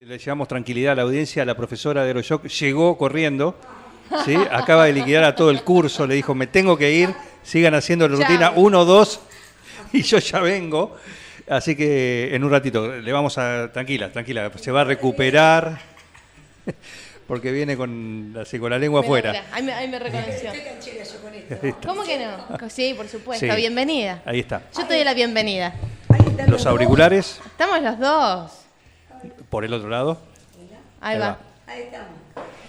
Le llevamos tranquilidad a la audiencia. La profesora de Aeroshock llegó corriendo. ¿sí? Acaba de liquidar a todo el curso. Le dijo: Me tengo que ir. Sigan haciendo la Chao. rutina 1, 2. Y yo ya vengo. Así que en un ratito le vamos a. Tranquila, tranquila. Se va a recuperar. Porque viene con, así, con la lengua afuera. Ahí me, ahí me reconoció. ¿Cómo que no? Sí, por supuesto. Sí. Bienvenida. Ahí está. Yo te doy la bienvenida. Los auriculares Estamos los dos. por el otro lado. Ahí, Ahí va. va. Ahí estamos,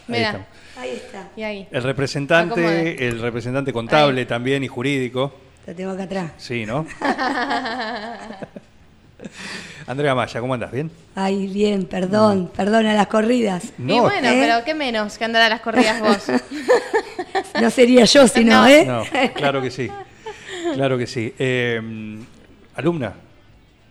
Mira. estamos. ahí está. Y ahí. El representante, Acomode. el representante contable también y jurídico. Lo tengo acá atrás. Sí, ¿no? Andrea Maya, ¿cómo andás? ¿Bien? Ay, bien, perdón, perdón a las corridas. y No. bueno, ¿eh? pero qué menos que andar a las corridas vos. No sería yo, sino, No. ¿eh? No, claro que sí. Claro que sí. Eh, alumna,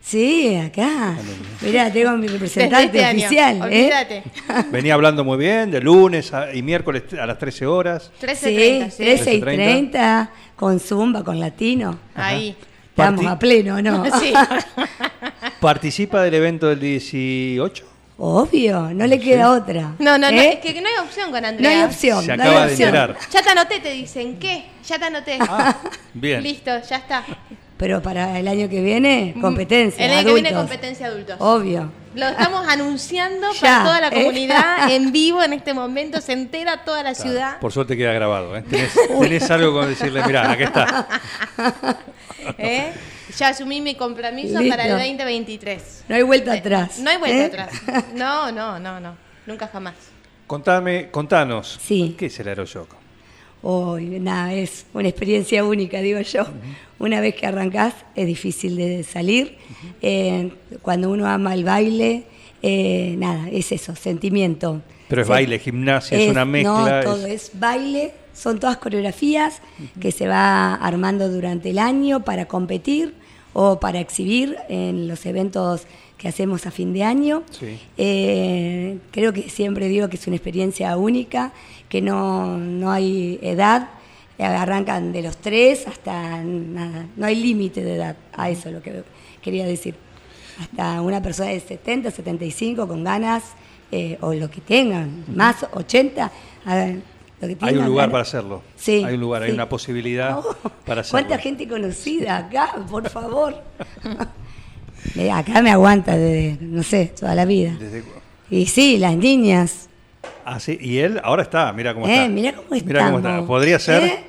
Sí, acá. Mirá, tengo mi Desde representante este año. oficial, ¿eh? Olvídate. venía hablando muy bien de lunes a- y miércoles a las 13 horas. 13.30, sí. 13 y 13:30. 30, con Zumba, con Latino. Ahí. Estamos Parti- a pleno, ¿no? Sí. ¿Participa del evento del 18? Obvio, no le queda otra. No, no, no. ¿eh? Es que no hay opción con No Andrea. hay opción. Se no hay acaba de opción. enterar. Ya te anoté, te dicen. ¿Qué? Ya te anoté. Ah, bien. Listo, ya está. Pero para el año que viene, competencia. El año que viene, adultos. competencia adultos. Obvio. Lo estamos anunciando Ya, para toda la ¿eh? comunidad en vivo en este momento. Se entera toda la ciudad. Por suerte queda grabado. ¿eh? Tenés, tenés algo con decirle, mirá, acá está. ¿eh? Ya asumí mi compromiso Listo. para el 2023. No hay vuelta atrás. No hay vuelta ¿eh? atrás. No, no, no, no. Nunca jamás. Contame, contanos. Sí. ¿Qué es el Aeroshock? Hoy, nada, es una experiencia única, digo yo. Una vez que arrancás, es difícil de salir. Eh, cuando uno ama el baile, eh, nada, es eso, sentimiento. Pero es Se- baile, gimnasia, es una mezcla, No, todo es... baile, son todas coreografías que se va armando durante el año para competir o para exhibir en los eventos que hacemos a fin de año. Sí. Eh, creo que siempre digo que es una experiencia única, que no, no hay edad, eh, arrancan de los tres hasta nada, no hay límite de edad, a eso es lo que quería decir. Hasta una persona de 70, 75 con ganas, eh, o lo que tengan, más 80, a ver, lo Hay que un tengan lugar ganas. para hacerlo. Sí, Hay un lugar, hay sí. una posibilidad Oh, para hacerlo. ¿Cuánta gente conocida acá, por favor? Eh, acá me aguanta desde, no sé, toda la vida. Desde- Y sí, las niñas. Ah, sí, y él ahora está, mira cómo Eh, está. mirá cómo Mirá cómo está. estamos. Podría ser. Eh.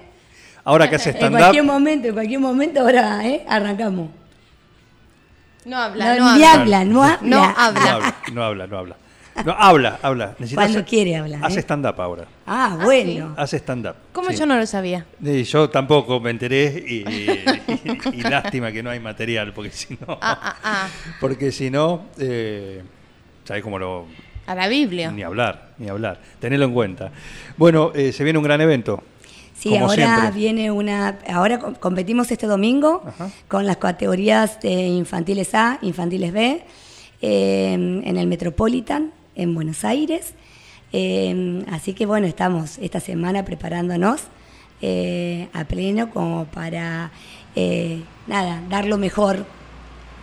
Ahora que hace En cualquier stand-up. momento, en cualquier momento ahora eh, arrancamos. No habla, no, no, ni habla. habla, no habla. No No habla, no habla, no habla. No, habla, habla. Necesitas- Cuando quiere habla, Hace eh. stand-up ahora. Ah, bueno. Hace stand-up. ¿Cómo sí. yo no lo sabía? Eh, Yo tampoco me enteré y, y- y lástima que no hay material, porque si no. Ah, ah, ah. Porque si no, eh, ¿sabés cómo lo.? A la Biblia. Ni hablar, ni hablar. Tenelo en cuenta. Bueno, eh, se viene un gran evento. Sí, como ahora siempre. viene una. Ahora com- competimos este domingo Ajá. con las categorías de infantiles A, infantiles B, eh, en el Metropolitan, en Buenos Aires. Eh, así que bueno, estamos esta semana preparándonos eh, a pleno como para eh, nada, dar lo mejor.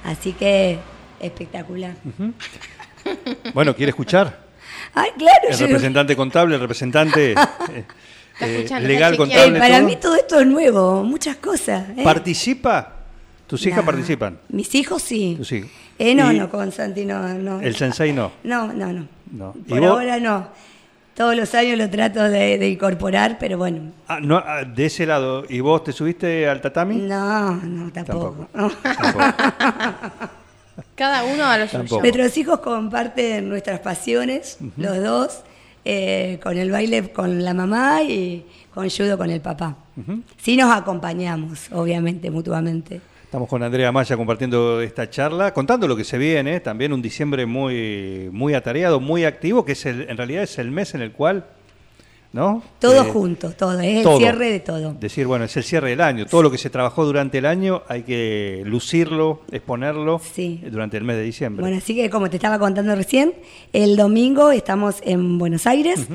Así que espectacular. Bueno, ¿quiere escuchar? Ay, claro, El yo- representante contable, el representante eh, eh, escuchando, legal, está Ey, contable. para todo. mí todo esto es nuevo, muchas cosas. ¿eh? ¿Participa? ¿Tus hijas Nah, participan? Mis hijos sí. Tus hijos. Eh, no, Y- no, con Santi no, no. El sensei no. No, no, no. No. ¿Y Por vos? ahora no. Todos los años lo trato de, de incorporar, pero bueno. Ah, no, ah, de ese lado. ¿Y vos te subiste al tatami? No, no, tampoco. Tampoco. Cada uno a lo suyo. Tampoco. Nuestros hijos comparten nuestras pasiones, los dos, eh, con el baile con la mamá y con judo con el papá. Sí nos acompañamos, obviamente, mutuamente. Estamos con Andrea Maya compartiendo esta charla, contando lo que se viene, eh, también un diciembre muy, muy atareado, muy activo, que es el, en realidad es el mes en el cual, ¿no? Todo Eh, junto, todo. Es todo. el cierre de todo. Decir, bueno, es el cierre del año, todo lo que se trabajó durante el año hay que lucirlo, exponerlo Sí. eh, durante el mes de diciembre. Bueno, así que como te estaba contando recién, el domingo estamos en Buenos Aires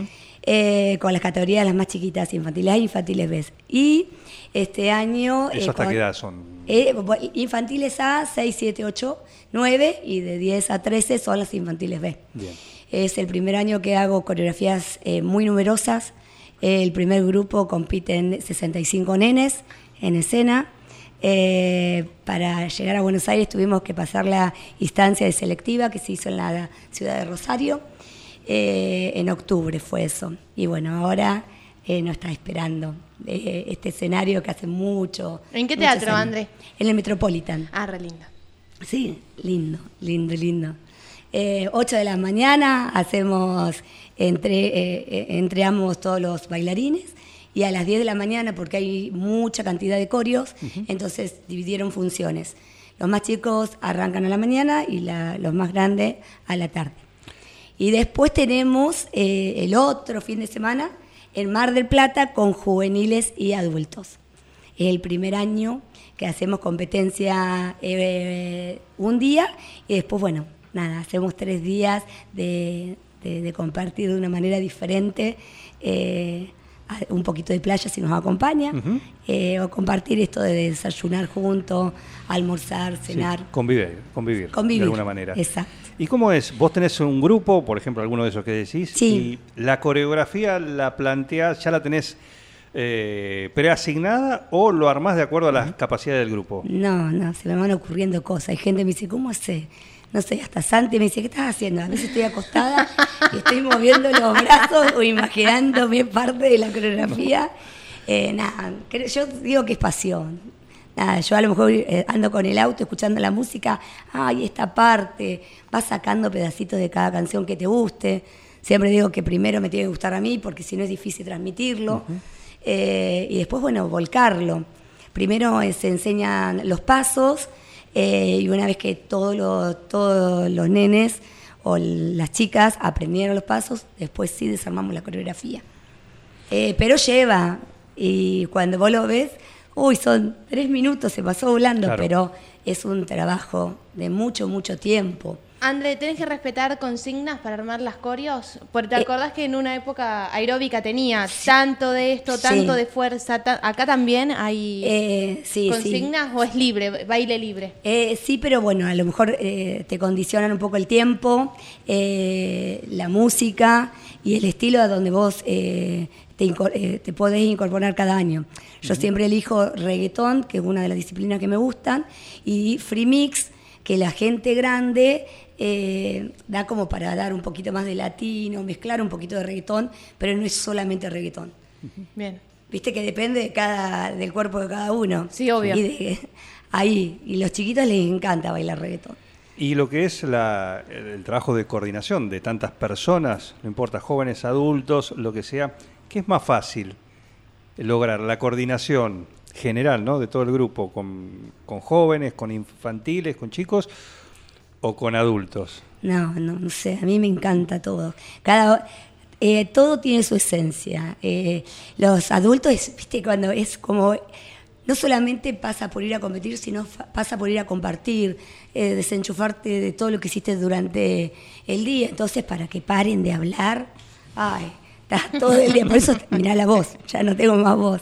eh, con las categorías las más chiquitas, infantiles A e infantiles B. Y este año... eh, ¿Eso hasta con- qué edad son? Eh, bu- infantiles A, 6, 7, 8, 9 y de 10 a 13 son las infantiles B. Bien. Es el primer año que hago coreografías eh, muy numerosas. El primer grupo compiten 65 nenes en escena. Eh, para llegar a Buenos Aires tuvimos que pasar la instancia de selectiva que se hizo en la ciudad de Rosario. Eh, en octubre fue eso. Y bueno, ahora eh, nos está esperando eh, este escenario que hace mucho. ¿En qué muchos teatro, años. André? En el Metropolitan. Ah, re lindo. Sí, lindo, lindo, lindo. Eh, 8 de la mañana hacemos, entre, eh, eh, entreamos todos los bailarines y a las 10 de la mañana, porque hay mucha cantidad de corios, entonces dividieron funciones. Los más chicos arrancan a la mañana y la- los más grandes a la tarde. Y después tenemos eh, el otro fin de semana en Mar del Plata con juveniles y adultos. Es el primer año que hacemos competencia eh, un día y después, bueno, nada, hacemos tres días de, de- de compartir de una manera diferente eh, a- un poquito de playa si nos acompaña, eh, o compartir esto de desayunar juntos, almorzar, Sí, cenar. convivir, convivir, Convivir, de alguna manera. exacto. ¿Y cómo es? Vos tenés un grupo, por ejemplo, alguno de esos que decís, Sí. y la coreografía la planteás, ya la tenés eh, preasignada o lo armás de acuerdo a las capacidades del grupo. No, no, se me van ocurriendo cosas. Hay gente que me dice, ¿cómo sé? No sé, hasta Santi me dice, ¿qué estás haciendo? A veces estoy acostada y estoy moviendo los brazos o imaginándome parte de la coreografía. Eh, nada, creo- yo digo que es pasión. Nada, yo a lo mejor eh, ando con el auto escuchando la música, ay, esta parte, vas sacando pedacitos de cada canción que te guste. Siempre digo que primero me tiene que gustar a mí porque si no es difícil transmitirlo. Eh, y después, bueno, volcarlo. Primero eh, se enseñan los pasos eh, y una vez que todo lo- todos los nenes o l- las chicas aprendieron los pasos, después sí desarmamos la coreografía. Eh, pero lleva y cuando vos lo ves, uy, son tres minutos, se pasó volando, Claro. pero es un trabajo de mucho, mucho tiempo. André, ¿tenés que respetar consignas para armar las coreos? Porque te Eh. acordás que en una época aeróbica tenía tanto de esto, Sí. tanto de fuerza. ta- acá también hay Eh, sí, sí. consignas o es libre, baile libre. Eh, sí, pero bueno, a lo mejor eh, te condicionan un poco el tiempo, eh, la música y el estilo a donde vos eh, te, inco- eh, te podés incorporar cada año. Yo siempre elijo reggaetón, que es una de las disciplinas que me gustan, y free mix, que la gente grande eh, da como para dar un poquito más de latino, mezclar un poquito de reggaetón, pero no es solamente reggaetón. Bien. Viste que depende de cada, del cuerpo de cada uno. Sí, obvio. Y de- ahí, y los chiquitos les encanta bailar reggaetón. Y lo que es la- el, el trabajo de coordinación de tantas personas, no importa, jóvenes, adultos, lo que sea, ¿qué es más fácil lograr? La coordinación general, ¿no? De todo el grupo, con, con jóvenes, con infantiles, con chicos o con adultos. No, no, no sé, a mí me encanta todo. Cada, eh, todo tiene su esencia. Eh, los adultos, es, viste, cuando es como, no solamente pasa por ir a competir, sino fa- pasa por ir a compartir, eh, desenchufarte de todo lo que hiciste durante el día. Entonces, para que paren de hablar, ay, estás todo el día. Por eso, mirá la voz, ya no tengo más voz.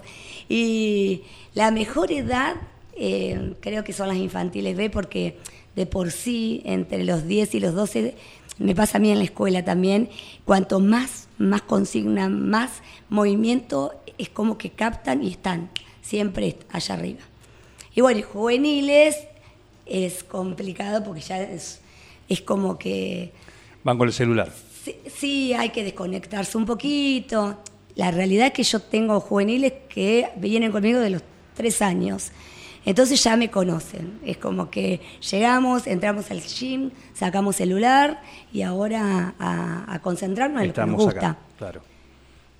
Y la mejor edad eh, creo que son las infantiles B porque de por sí, entre los 10 y los 12, me pasa a mí en la escuela también, cuanto más, más consigna, más movimiento, es como que captan y están siempre allá arriba. Y bueno, y juveniles es complicado porque ya es, es como que Van con el celular. sí, sí, hay que desconectarse un poquito. La realidad es que yo tengo juveniles que vienen conmigo de los tres años. Entonces ya me conocen. Es como que llegamos, entramos al gym, sacamos celular y ahora a, a concentrarnos en lo que nos Estamos gusta. acá, claro.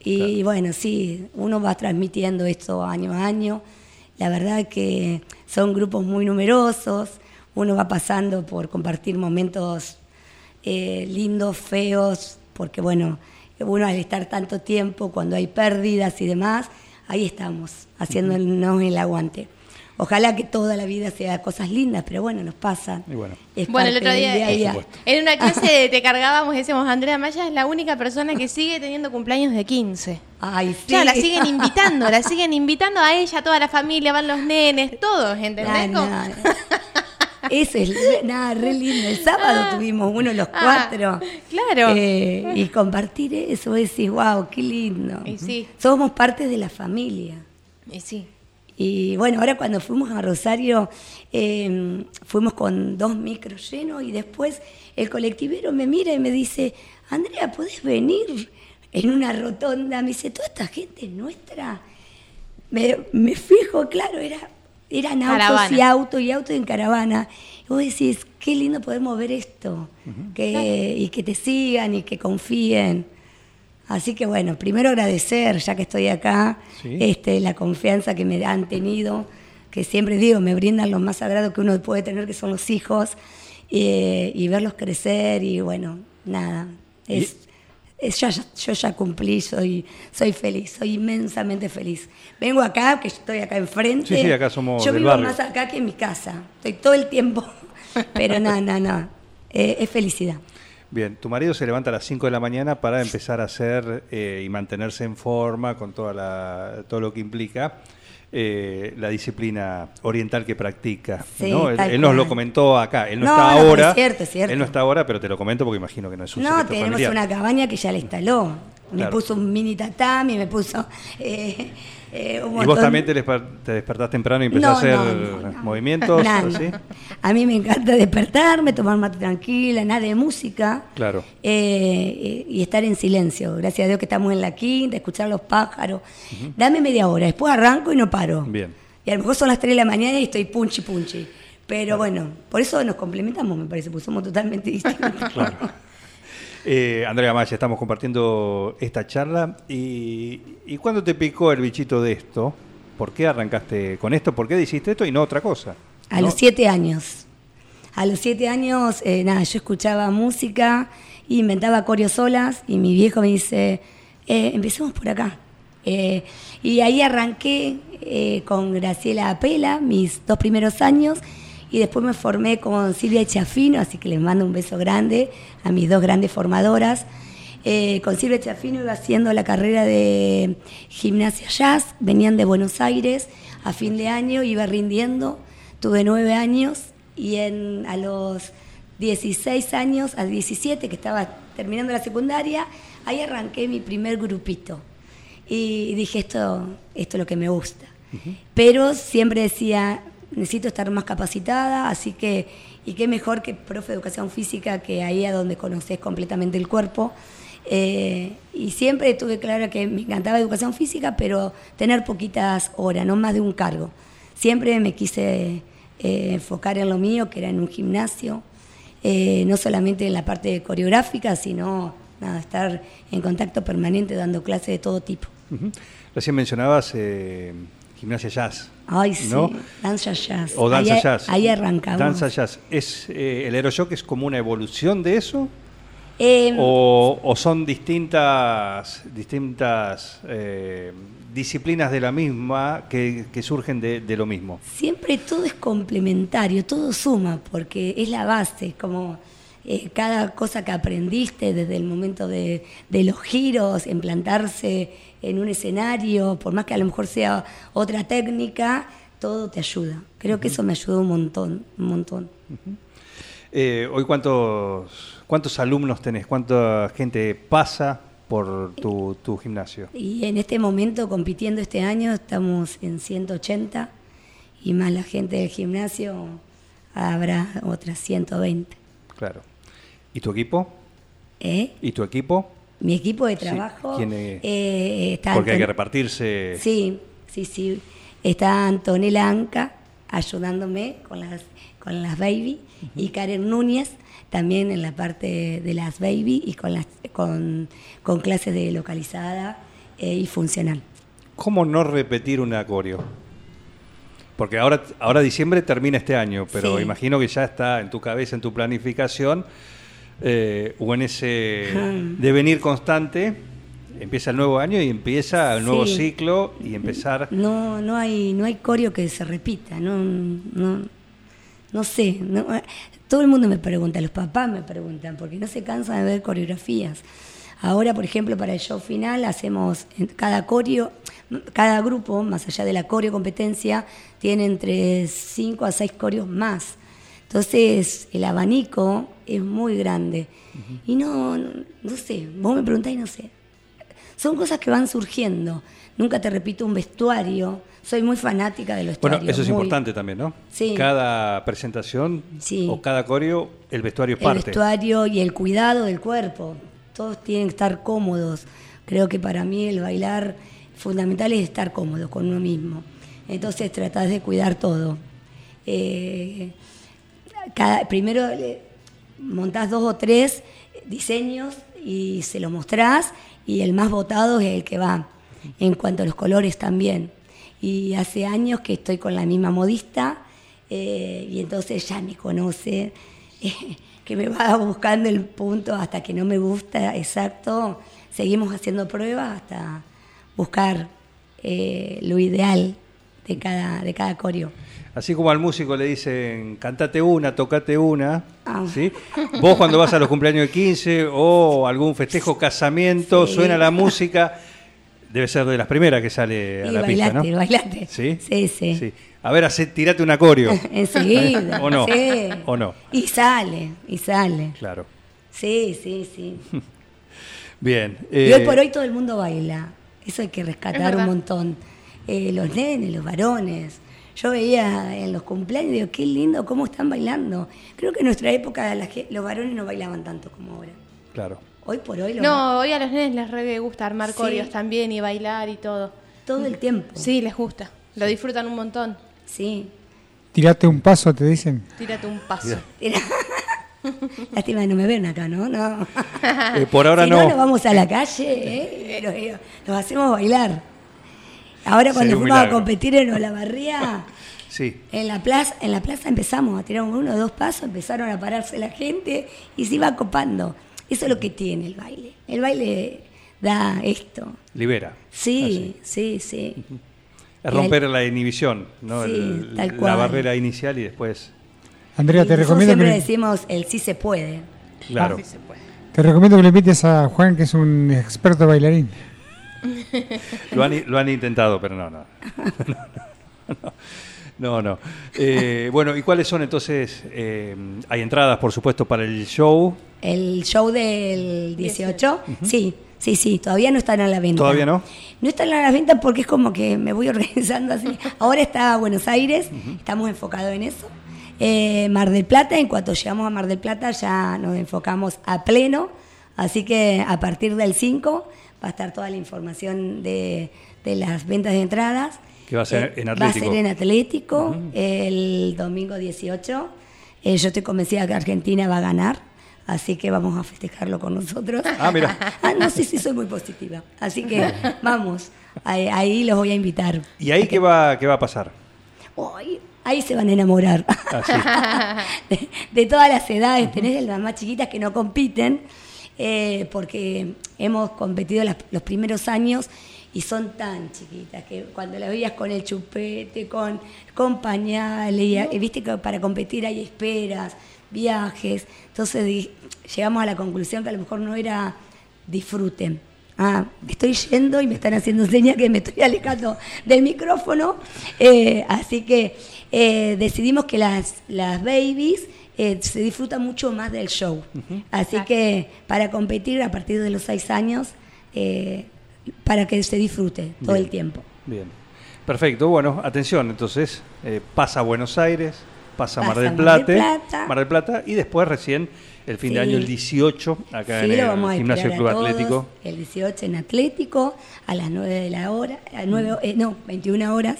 Y bueno, sí, uno va transmitiendo esto año a año La verdad que son grupos muy numerosos, uno va pasando por compartir momentos eh, lindos, feos, porque bueno, uno al estar tanto tiempo, cuando hay pérdidas y demás, ahí estamos, haciéndonos el aguante. Ojalá que toda la vida sea cosas lindas, pero bueno, nos pasa. Y bueno. Es Bueno, el parte otro del día, día a eh, día. en una clase te cargábamos y decíamos, Andrea Maya es la única persona que sigue teniendo cumpleaños de 15. Ay, sí. Claro, la siguen invitando, la siguen invitando a ella, a toda la familia, van los nenes, todos, ¿entendés? Nah, Como- nah. Eso es nada, re lindo. El sábado tuvimos uno los Ah, cuatro. claro. Eh, y compartir eso, decís, wow, qué lindo. Y sí. Somos parte de la familia. Y sí. Y bueno, ahora cuando fuimos a Rosario, eh, fuimos con dos micros llenos y después el colectivero me mira y me dice, Andrea, ¿podés venir? En una rotonda, me dice, toda esta gente es nuestra. Me, me fijo, claro, era, eran autos Caravana. y autos y autos en caravana. Y vos decís, qué lindo poder mover esto, que, y que te sigan y que confíen. Así que bueno, primero agradecer, ya que estoy acá, Sí. este, la confianza que me han tenido, que siempre digo, me brindan lo más sagrado que uno puede tener, que son los hijos, eh, y verlos crecer, y bueno, nada. Es, es- yo, ya- yo ya cumplí, soy, soy feliz, soy inmensamente feliz. Vengo acá, que estoy acá enfrente. Sí, sí, acá somos Yo del vivo barrio. más acá que en mi casa, estoy todo el tiempo, pero no, no, no, Eh, es felicidad. Bien, tu marido se levanta a las 5 de la mañana para empezar a hacer eh, y mantenerse en forma con toda la, todo lo que implica eh, la disciplina oriental que practica. Sí, ¿no? Él, tal él nos lo cual. comentó acá, él no, No, está no, ahora. es cierto, es cierto. Él no está ahora, pero te lo comento porque imagino que no es un No, secreto tenemos familiar. una cabaña que ya la instaló. Me Claro. puso un mini tatami, me puso eh, eh, un Y vos montón- también te, desper- te despertás temprano y empezás a No, hacer no, no, no. movimientos, Nada. ¿sí? A mí me encanta despertarme, tomar mate tranquila, nada de música. Claro. Eh, eh, y estar en silencio. Gracias a Dios que estamos en la quinta, escuchar los pájaros. Dame media hora, después arranco y no paro. Bien. Y a lo mejor son las 3 de la mañana y estoy punchi punchi. Pero bueno, por eso nos complementamos, me parece, porque somos totalmente distintos. Claro. Eh, Andrea Maya, estamos compartiendo esta charla. ¿Y, y cuándo te picó el bichito de esto? ¿Por qué arrancaste con esto? ¿Por qué hiciste esto y no otra cosa? A ¿No? los siete años. A los siete años, eh, nada, yo escuchaba música, inventaba coreos solas y mi viejo me dice, eh, empecemos por acá. Eh, y ahí arranqué eh, con Graciela Apela mis dos primeros años y después me formé con Silvia Chafino, así que les mando un beso grande a mis dos grandes formadoras. Eh, con Silvia Chafino iba haciendo la carrera de gimnasia jazz, venían de Buenos Aires, a fin de año iba rindiendo, tuve nueve años y en, a los 16 años, a 17 que estaba terminando la secundaria, ahí arranqué mi primer grupito y dije esto, esto es lo que me gusta. Pero siempre decía, necesito estar más capacitada, así que, y qué mejor que profe de educación física que ahí a donde conoces completamente el cuerpo. Eh, y siempre tuve claro que me encantaba educación física, pero tener poquitas horas, no más de un cargo. Siempre me quise eh, enfocar en lo mío, que era en un gimnasio, eh, no solamente en la parte coreográfica, sino nada, estar en contacto permanente dando clases de todo tipo. Ujú. Recién mencionabas eh, gimnasia jazz. Ay, sí, ¿no? danza jazz. O danza Ah, ahí, jazz. Ahí arrancamos. Danza jazz. ¿Es, eh, ¿El aeroshock es como una evolución de eso? Eh, ¿O, o son distintas, distintas eh, disciplinas de la misma que, que surgen de, de lo mismo? Siempre todo es complementario, todo suma, porque es la base, como eh, cada cosa que aprendiste desde el momento de, de los giros, en plantarse en un escenario, por más que a lo mejor sea otra técnica, todo te ayuda. Creo que eso me ayudó un montón, un montón. Eh, hoy cuántos cuántos alumnos tenés, cuánta gente pasa por tu, tu gimnasio. Y en este momento, compitiendo este año, estamos en 180 y más la gente del gimnasio, habrá otras 120. Claro. ¿Y tu equipo? ¿Eh? ¿Y tu equipo? Mi equipo de trabajo ¿quién, eh? eh, está Porque hay que Anton- repartirse. Sí, sí, sí. Está Antonella Anca ayudándome con las, con las baby y Karen Núñez también en la parte de las baby y con, las, con, con clases de localizada eh, y funcional. ¿Cómo no repetir un acorio? Porque ahora, ahora diciembre termina este año, pero Sí. imagino que ya está en tu cabeza, en tu planificación, eh, o en ese devenir constante, empieza el nuevo año y empieza el nuevo Sí. ciclo y empezar... No, no hay, no hay coreo que se repita, no, no, no sé. no- eh, todo el mundo me pregunta, los papás me preguntan, porque no se cansan de ver coreografías. Ahora, por ejemplo, para el show final hacemos en- cada coreo, cada grupo, más allá de la coreo competencia, tiene entre 5 a 6 coreos más. Entonces, el abanico es muy grande. Y no, no, no sé, vos me preguntás y no sé. Son cosas que van surgiendo. Nunca te repito un vestuario. Soy muy fanática de los Bueno, vestuarios. eso es muy- importante también, ¿no? Sí. Cada presentación Sí. o cada coreo, el vestuario es El parte. vestuario y el cuidado del cuerpo. Todos tienen que estar cómodos. Creo que para mí el bailar fundamental es estar cómodo con uno mismo. Entonces tratás de cuidar todo. Eh, cada- primero eh, montás dos o tres diseños y se los mostrás y el más votado es el que va. En cuanto a los colores también. Y hace años que estoy con la misma modista eh, y entonces ya me conoce, que me va buscando el punto hasta que no me gusta exacto. Seguimos haciendo pruebas hasta buscar eh, lo ideal de cada, de cada coreo. Así como al músico le dicen, cantate una, tocate una, Ah. ¿sí? Vos cuando vas a los cumpleaños de 15 o algún festejo, casamiento, Sí. suena la música, debe ser de las primeras que sale Eh, a Y la pista, ¿no? bailate, bailate. ¿Sí? Sí, sí. A ver, hacé, tirate un acorio. Enseguida. ¿O no? sí. ¿O no? Y sale, y sale. Claro. Sí, sí, sí. Bien. Y eh, hoy por hoy todo el mundo baila. Eso hay que rescatar un verdad. montón. Eh, los nenes, los varones. Yo veía en los cumpleaños, digo, qué lindo cómo están bailando. Creo que en nuestra época la ge- los varones no bailaban tanto como ahora. Claro. Hoy por hoy lo No, hoy a los nenes les re gusta armar Sí. corios también y bailar y todo. todo el tiempo. Sí, les gusta. Lo disfrutan un montón. Sí. Tirate un paso, te dicen. Tírate un paso. Era- Lástima que no me ven acá, ¿no? No. Eh, por ahora Si no. nos vamos a la calle, ¿eh? Pero, eh, nos hacemos bailar. Sería Ahora cuando un fuimos a milagro. competir en Olavarría, Sí. en la plaza, en la plaza empezamos a tirar uno o dos pasos, empezaron a pararse la gente y se iba copando. Eso es lo que tiene el baile. El baile da esto. Libera. Sí, Ah, sí, sí. Es romper la inhibición, ¿no? Sí, El- tal La cual. barrera inicial y después. Andrea, Y te nosotros recomiendo, que, siempre le- decimos el sí se puede. Claro. te recomiendo que le invites a Juan, que es un experto bailarín. Lo han, lo han intentado, pero no, no. No, no. no. Eh, bueno, ¿y cuáles son entonces? eh, hay entradas, por supuesto, para el show. El show del 18, sí, sí, sí, todavía no están a la venta. ¿Todavía no? No están a la venta porque es como que me voy organizando así. Ahora está Buenos Aires, estamos enfocados en eso. Eh, Mar del Plata, en cuanto llegamos a Mar del Plata ya nos enfocamos a pleno, así que a partir del 5 va a estar toda la información de, de las ventas de entradas. Eh, Que va a ser en Va a Atlético. ser en Atlético el domingo 18. Eh, yo estoy convencida que Argentina va a ganar, así que vamos a festejarlo con nosotros. Ah, mira. Ah, no, sí, sí, soy muy positiva. Así que vamos, ahí, ahí los voy a invitar. ¿Y ahí qué va, qué va a pasar? Ay, ahí se van a enamorar. Así. de, de todas las edades, tenés las más chiquitas que no compiten, eh, porque hemos competido las- los primeros años y son tan chiquitas que cuando las veías con el chupete, con, con pañales, y- y viste que para competir hay esperas, viajes, entonces di- llegamos a la conclusión que a lo mejor no era disfruten. Ah, me estoy yendo y me están haciendo señas que me estoy alejando del micrófono. Eh, así que eh, decidimos que las, las babies eh, se disfrutan mucho más del show. Así que para competir a partir de los seis años, eh, para que se disfrute todo el tiempo. Bien. Perfecto. Bueno, atención, entonces. eh, pasa a Buenos Aires, pasa a Mar Pasa del Mar del Plata, Plata. Mar del Plata y después recién el fin de Sí. año, el 18, acá Sí, en lo el vamos a Gimnasio del esperar Club a todos, Atlético. El 18 en Atlético, a las 9 de la hora, a 9, eh, no, 21 horas.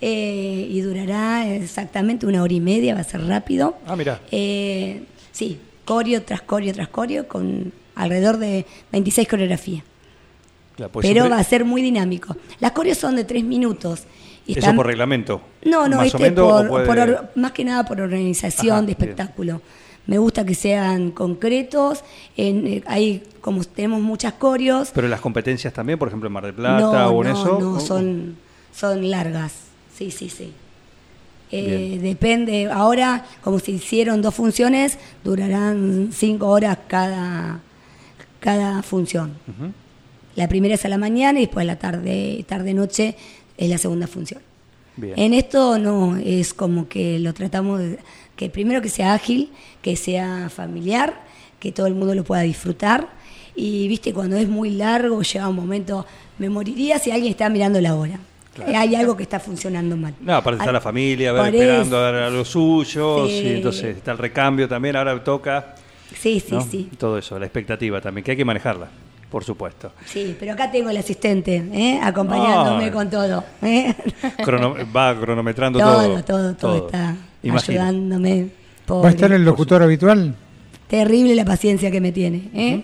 eh, y durará exactamente una hora y media, va a ser rápido. Ah, mirá. Eh, sí, coreo tras coreo tras coreo, con alrededor de 26 coreografías. Claro, pues Pero siempre- va a ser muy dinámico. Las coreos son de tres minutos Y Eso están- por reglamento. No, no, más este, o menos, por, o puede- por or- más que nada por organización Ajá, de bien. espectáculo. Me gusta que sean concretos. En, eh, hay, como tenemos muchas corios, Pero las competencias también, por ejemplo, en Mar del Plata no, o en no, eso. no, son, son largas. Sí, sí, sí. Eh, depende, ahora como se hicieron dos funciones, durarán cinco horas cada, cada función. La primera es a la mañana y después la tarde, tarde-noche es la segunda función. Bien. En esto no, es como que lo tratamos de- que primero que sea ágil, que sea familiar, que todo el mundo lo pueda disfrutar. Y viste, cuando es muy largo, llega un momento, me moriría si alguien está mirando la hora. Eh, Hay algo que está funcionando mal. No, aparte está Al- la familia, a ver, por esperando eso. a, ver a los suyos, Sí. y entonces está el recambio también, ahora toca. Sí, sí, ¿no? sí. Todo eso, la expectativa también, que hay que manejarla, por supuesto. Sí, pero acá tengo el asistente, ¿eh? acompañándome Ah. con todo. ¿eh? Crono- va cronometrando todo, todo. todo, todo, está Imagino. ayudándome. ¿Va a estar Pobre. el locutor habitual? Terrible la paciencia que me tiene. ¿eh?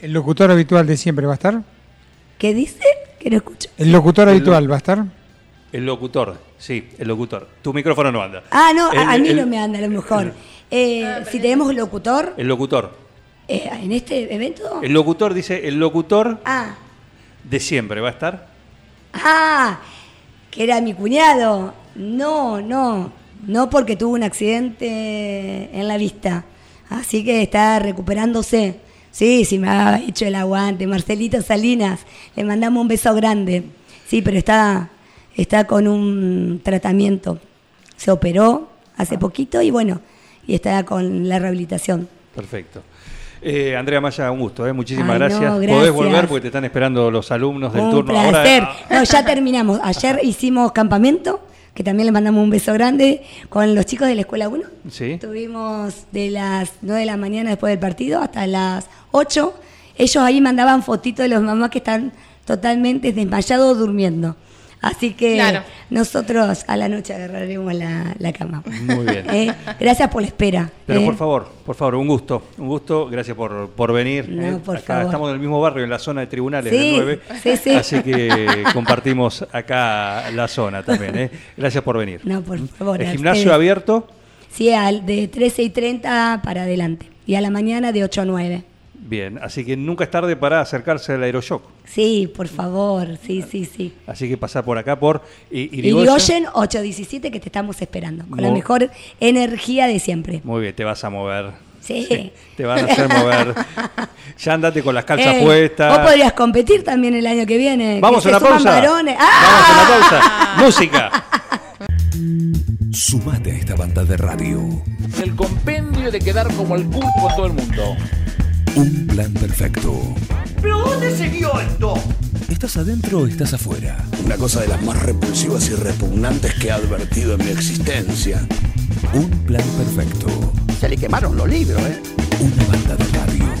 ¿El locutor habitual de siempre va a estar? ¿Qué dice? Que no escucho. ¿El locutor habitual va a estar? El locutor, sí, el locutor. Tu micrófono no anda. Ah, no, a- El- a, mí el- no me anda a lo mejor. Eh, si tenemos locutor El locutor. eh, en este evento. El locutor dice, el locutor Ah, de siempre va a estar. ah, que era mi cuñado. No, no, no porque tuvo un accidente en la vista. Así que está recuperándose. Sí, sí, me ha hecho el aguante. Marcelito Salinas, le mandamos un beso grande. Sí, pero está, está con un tratamiento. Se operó hace poquito y bueno, y está con la rehabilitación. Perfecto. Eh, Andrea Maya, un gusto, ¿eh? muchísimas Ay, no, gracias. Podés gracias. volver porque te están esperando los alumnos del un turno placer. ahora. ah. No, ya terminamos. Ayer hicimos campamento, que también les mandamos un beso grande, con los chicos de la Escuela 1. Sí. Estuvimos de las 9 de la mañana después del partido hasta las 8. Ellos ahí mandaban fotitos de los mamás que están totalmente desmayados durmiendo. Así que Claro. nosotros a la noche agarraremos la, la cama. Muy bien. Eh, Gracias por la espera. Pero eh. por favor, por favor, un gusto, un gusto, gracias por, por venir. No, ¿eh? por acá favor. Estamos en el mismo barrio, en la zona de tribunales del Sí, 9, sí, sí. así que compartimos acá la zona también. ¿eh? Gracias por venir. No, por favor. el a gimnasio ustedes. abierto, Sí, al de 13 y 30 para adelante. Y a la mañana de 8 a 9. bien, así que nunca es tarde para acercarse al Aeroshock. Sí, por favor, sí, sí, sí. Así que pasar por acá por I- Irigoyen. Irigoyen 817 que te estamos esperando, con la Mo- mejor energía de siempre. Muy bien, te vas a mover. Sí. Te van a hacer mover. Ya andate con las calzas Eh, puestas. Vos podrías competir también el año que viene. que Vamos se a una suman pausa. varones. Vamos a ¡Ah! una pausa. Música. Sumate a esta banda de radio. El compendio de quedar como el culo con todo el mundo. Un plan perfecto. ¿Pero dónde se vio esto? ¿Estás adentro o estás afuera? Una cosa de las más repulsivas y repugnantes que he advertido en mi existencia. Un plan perfecto. Se le quemaron los libros, ¿eh? Una banda de radio.